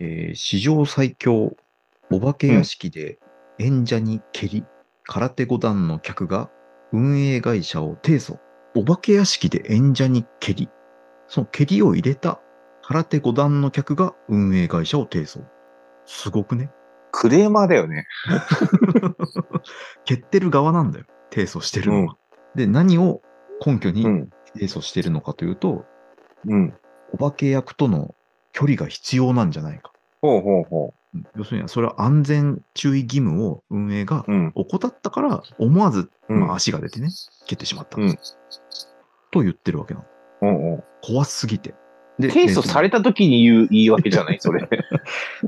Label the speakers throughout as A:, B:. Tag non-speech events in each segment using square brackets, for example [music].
A: えー史上最強、お化け屋敷で演者に蹴り、空手五段の客が運営会社を提訴。お化け屋敷で演者に蹴り、その蹴りを入れた空手五段の客が運営会社を提訴。すごくね。
B: クレーマーだよね。
A: 蹴ってる側なんだよ。提訴してるのは。で、何を根拠に
B: うん。
A: 提訴してるのかというと、
B: うん。
A: お化け役との距離が必要なんじゃないか。
B: ほうほうほ
A: うん要するには、それは安全注意義務を運営が
B: う。うん。
A: 怠ったから、思わず、
B: うん
A: まあ、足が出てね、蹴ってしまった。
B: うん
A: と言ってるわけなの。
B: うんうん。
A: 怖すぎて。で
B: 提訴された時に言う言い訳 [laughs] じゃないそれ。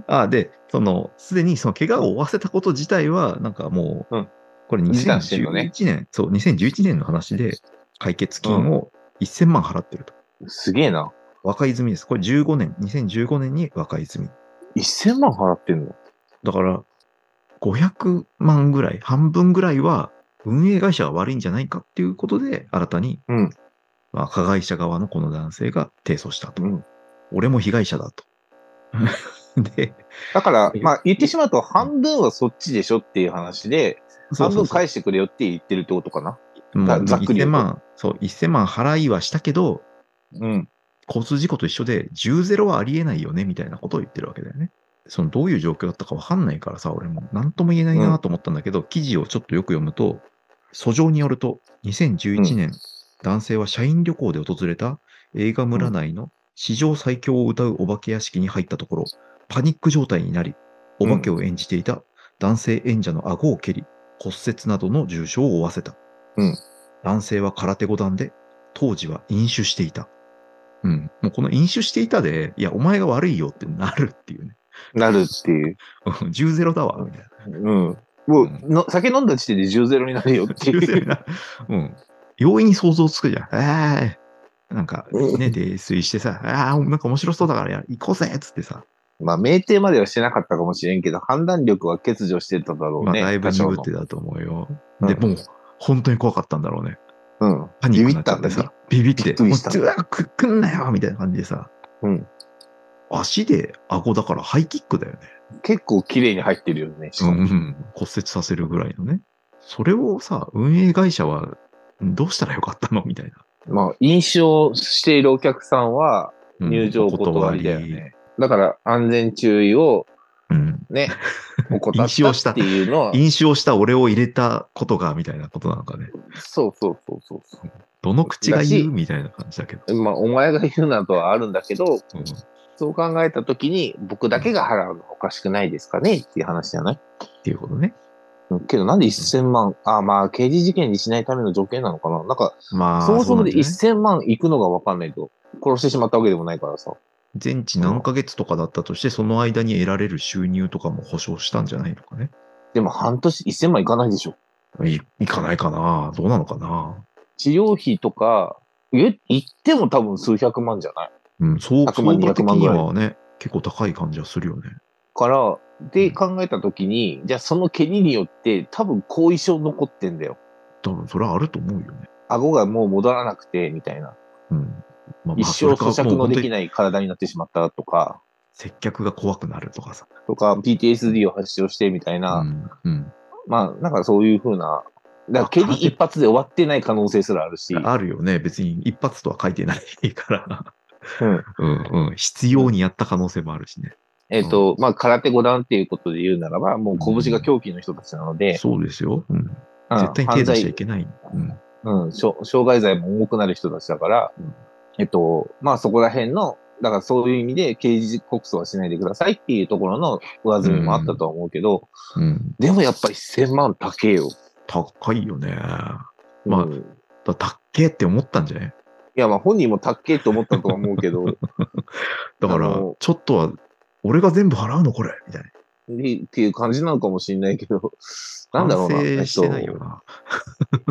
A: あで、その、すでにその怪我を負わせたこと自体は、なんかもう、
B: うん
A: これ
B: 示談してん
A: 2011
B: のね
A: 年、そう、2011年の話で、解決金を1000万払ってると。
B: すげえな。
A: 若泉です。これ15年、2015年に若泉。
B: 1000万払ってんの
A: だから、500万ぐらい、半分ぐらいは、運営会社が悪いんじゃないかっていうことで、新たに、
B: うん
A: まあ、加害者側のこの男性が提訴したと。
B: うん
A: 俺も被害者
B: [laughs]
A: だと。で、
B: だから
A: え、
B: まあ言ってしまうと半分はそっちでしょっていう話で、半分返
A: し
B: してくれよって言ってるってことかな。
A: まあ、
B: ざっ
A: 1000
B: くり言うと
A: 万、そう、1000万払いはしたけど、
B: うん。
A: 交通事故と一緒で、10ゼロはありえないよね、みたいなことを言ってるわけだよね。その、どういう状況だったかわかんないからさ、俺も、なんとも言えないなと思ったんだけど、記事をちょっとよく読むと、訴状によると、2011年、男性は社員旅行で訪れた映画村内の史上最強を歌うお化け屋敷に入ったところ、パニック状態になり、お化けを演じていた男性演者の顎を蹴り、骨折などの重傷を負わせた。
B: うん
A: 男性は空手五段で、当時は飲酒していた。うん。もうこの飲酒していたで、いや、お前が悪いよってなるっていうね。 [laughs]
B: なるっていう。
A: 10ゼロだわ、みた
B: [laughs]
A: いな。
B: うん。もう、の酒飲んだ時点で10ゼロになるよって
A: 10ゼ
B: い
A: ロ
B: う。
A: になる。うん。容易に想像つくじゃん。ええなんか、
B: うん
A: ね、泥酔してさ、ああ、なんか面白そうだからや、行こうぜっつってさ、
B: [laughs] まあ、酩酊まではしてなかったかもしれんけど、判断力は欠如してただろ
A: まあ、
B: うね。
A: だいぶ
B: 多少の
A: 鈍ってたと思うよ。
B: うん
A: で、もう、本当に怖かったんだろうね。
B: うん。
A: パニックになっちゃってさ、ビビっ
B: び
A: て
B: っ、くりした
A: もううわ、くくんなよみたいな感じでさ、
B: うん
A: 足で顎だからハイキックだよね。
B: 結構綺麗に入ってるよね。
A: うんうん、骨折させるぐらいのね。それをさ、運営会社はどうしたらよかったのみたいな。
B: まあ、飲酒をしているお客さんは
A: うん
B: 入場お断りだよね。だから、安全注意
A: お断
B: を
A: りうん。 [laughs]
B: ね、怠
A: 飲酒を
B: っ
A: したた
B: っていうのは、
A: 飲酒をした俺を入れたことが、みたいなことなのかね。
B: そうそうそうそうそ
A: どの口が
B: だし
A: 言うみたいな感じだけど。
B: う。まあ、お前が言うなどはあるんだけど、
A: うん
B: そう考えたときに、僕だけが払うのはおかしくないですかねっていう話じゃない
A: っていうことね。
B: うんけどなんで1000万、あ、まあ、刑事事件にしないための条件なのかななんか、
A: まあ、
B: そもそもで
A: うなんじゃない
B: 1000万いくのがわかんないと、殺してしまったわけでもないからさ。
A: 全治何ヶ月とかだったとして、その間に得られる収入とかも保証したんじゃないのかね。
B: でも半年1000万いかないでしょ。
A: いいかないかなどうなのかな
B: 治療費とか、言言っても多分数百万じゃない
A: うん、そう、
B: 100万
A: 相場的
B: 200万
A: に
B: ぐらい
A: はね、結構高い感じはするよね。
B: から、で考えたときに、じゃあその蹴りによって多分後遺症残ってんだよ。
A: 多分、それはあると思うよね。
B: 顎がもう戻らなくて、みたいな。
A: うん。まあ、
B: 一生咀嚼のでき
A: い。
B: ない体になってしまったとか、
A: 接客が怖くなるとかさ。
B: とか、PTSD を発症してみたいな、
A: うん。うん。
B: まあ、なんかそういうふうな、だ
A: あ
B: から、蹴
A: 空
B: り
A: 手
B: 一発で終わってない可能性すらあるし、
A: あるよね。別に一発とは書いてないから。
B: うん
A: うんうん。必要にやった可能性もあるしね。
B: えっ、と、まあ、空手五段っていうことで言うならば、もう拳が狂気の人たちなので、
A: そうですよ。うん。
B: うん
A: 絶対に手出
B: 犯
A: しちゃ
B: 罪
A: い、けない。うん。
B: うん、しょ傷害罪も重くなる人たちだから、
A: うん
B: えっと、まあ、そこら辺の、だからそういう意味で刑事告訴はしないでくださいっていうところの上積みもあったとは思うけど、
A: うん。
B: でもやっぱり1000万高えよ。
A: 高いよね。だまあ
B: うんい
A: だ高っけって思ったんじゃない
B: や、まあ本人も高えと思ったとは思
A: [laughs]
B: うけど、
A: だか
B: あ
A: ら
B: の、
A: ちょっとは、俺が全部払うのこれみたいな。
B: にっていう感じなのかもしれないけど、なんだろうな。
A: 反省してない
B: え
A: よ
B: っ
A: な。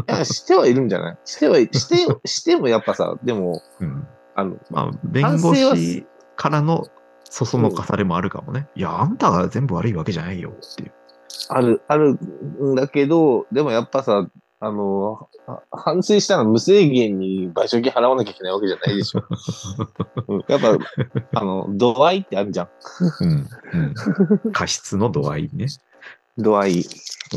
B: といやしてはいるんじゃないしては、して、してもやっぱさ、でも、
A: うん。
B: あの、
A: まあ、弁護
B: 反省は
A: 士からのそそのかされもあるかもね。いや、あんたが全部悪いわけじゃないよっていう。
B: ある、あるんだけど、でもやっぱさ、あの、は反省したら無制限に賠償金払わなきゃいけないわけじゃないで
A: [laughs]
B: しょ。うんやっぱ、あの、度合いってあるじゃん。
A: うん。
B: [laughs]
A: うん、過失の度合いね。
B: 度合い。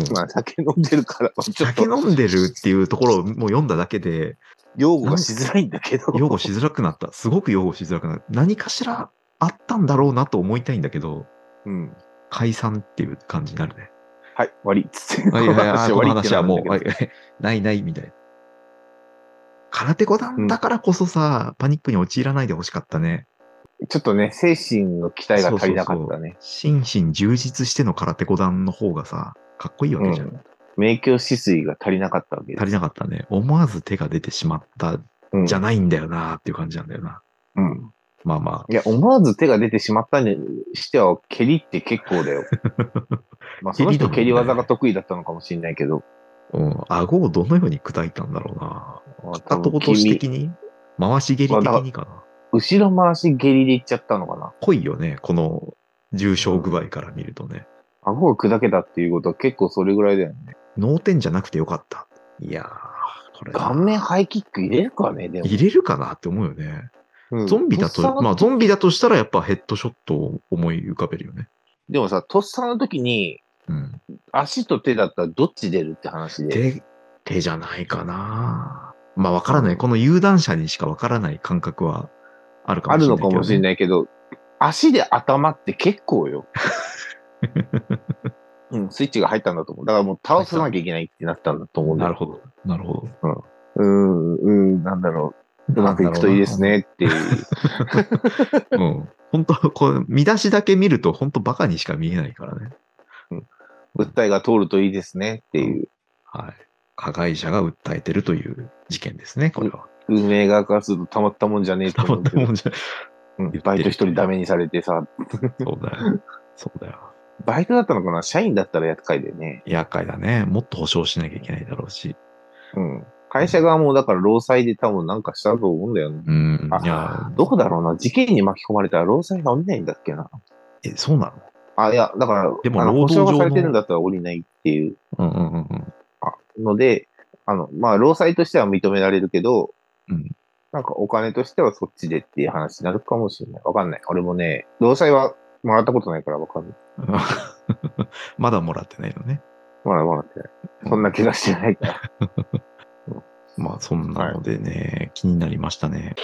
A: うん
B: まあ、酒飲んでるから、ちょっ
A: 酒
B: と、
A: 飲んでるっていうところをもう読んだだけ
B: [laughs]
A: で、
B: 擁護がしづらいんだけど。
A: 擁護しづらくなった。すごく擁護しづらくなった。何かしらあったんだろうなと思いたいんだけど、
B: うん。
A: 解散っていう感じになるね。
B: はい、終わり。つ [laughs] って。
A: はいはいはい、
B: 終
A: この
B: わりっ
A: 話
B: て
A: は
B: なる
A: も
B: んだ
A: う、
B: けど
A: はい [laughs] はいないないみたいな。空手子団だからこそさ、パニックに陥らないでほしかったね。
B: ちょっとね、精神の期待が足りなかったね。
A: 心身充実しての空手子団の方がさ、かっこいいわけじゃん。
B: うん明鏡止水が足りなかったわけで
A: 足
B: す。
A: りなかったね。思わず手が出てしまった
B: うん
A: じゃないんだよなっていう感じなんだよな。
B: うん。
A: まあま
B: いや、思わず手が出てしまったにしては、蹴りって結
A: [laughs]
B: 構だよ。まあ、その人蹴
A: 蹴り
B: り
A: だもんね
B: 技が得意だったのかもしれないけど。
A: あ、うん、顎をどのように砕いたんだろうな。片落とし
B: 君
A: 的に回し蹴り的にかな。
B: 後ろ回し蹴りでいっちゃったのかな。
A: 濃いよね、この重症具合から見るとね。
B: 顎が砕けたっていうことは結構それぐらいだよね。
A: 脳天じゃなくてよかった。いやー、これな。
B: 顔面ハイキック入れるかね、でも。
A: 入れるかなって思うよね。
B: うん
A: ゾンビだ
B: とっさ
A: と、
B: の
A: まあゾンビだとしたらやっぱヘッドショットを思い浮かべるよね。
B: でもさ、とっさの時に、
A: うん。
B: 足と手だったらどっち出るって話で。
A: 手、手じゃないかな。まあわからない。この有段者にしかわからない感覚はあるか
B: あ
A: もし
B: る
A: れない
B: の
A: けど、
B: かもしれないけど、足で頭って結
A: [laughs]
B: 構よ。うん、スイッチが入ったんだと思う。だからもう倒さなきゃいけないってなったんだと思うんだ
A: な
B: よ
A: るほど。なるほど。
B: うん、うん、なんだろう。うまくいくといいですねっていう。
A: うん。本当こう、見出しだけ見ると、本当バカにしか見えないからね。
B: 訴えが通るといいですねっていう。
A: はい。加害者が訴えてるという事件ですね、これは。
B: 運営側からするとたまったもんじゃねえと
A: たま
B: 思
A: っ
B: うけ
A: た
B: ど
A: [laughs] もんじゃ、
B: うんバイト一人ダメにされてさ、
A: そうだよ。そうだよ。
B: バイトだったのかな社員だったら厄介だよね。
A: 厄介だね。もっと保証しなきゃいけないだろうし。
B: うん。会社側もだから労災で多分なんかしたと思うんだよね。
A: うん。いや
B: あ、、どこだろうな。事件に巻き込まれたら労災が降りないんだっけな。
A: え、そうな
B: あ、いや、だから、
A: でも
B: あの
A: 労働上の
B: 保障がされてるんだったら降りないっていう
A: のうんうんうんうん。
B: ので、あの、まあ、労災としては認められるけど、
A: うん
B: なんかお金としてはそっちでっていう話になるかもしれない。わかんない。俺もね、労災はもらったことないからわかんない。
A: [laughs] まだもらってないのね。
B: まだもらってない。そんな気がしてないから。
A: まあ、そんなのでね、気になりましたね。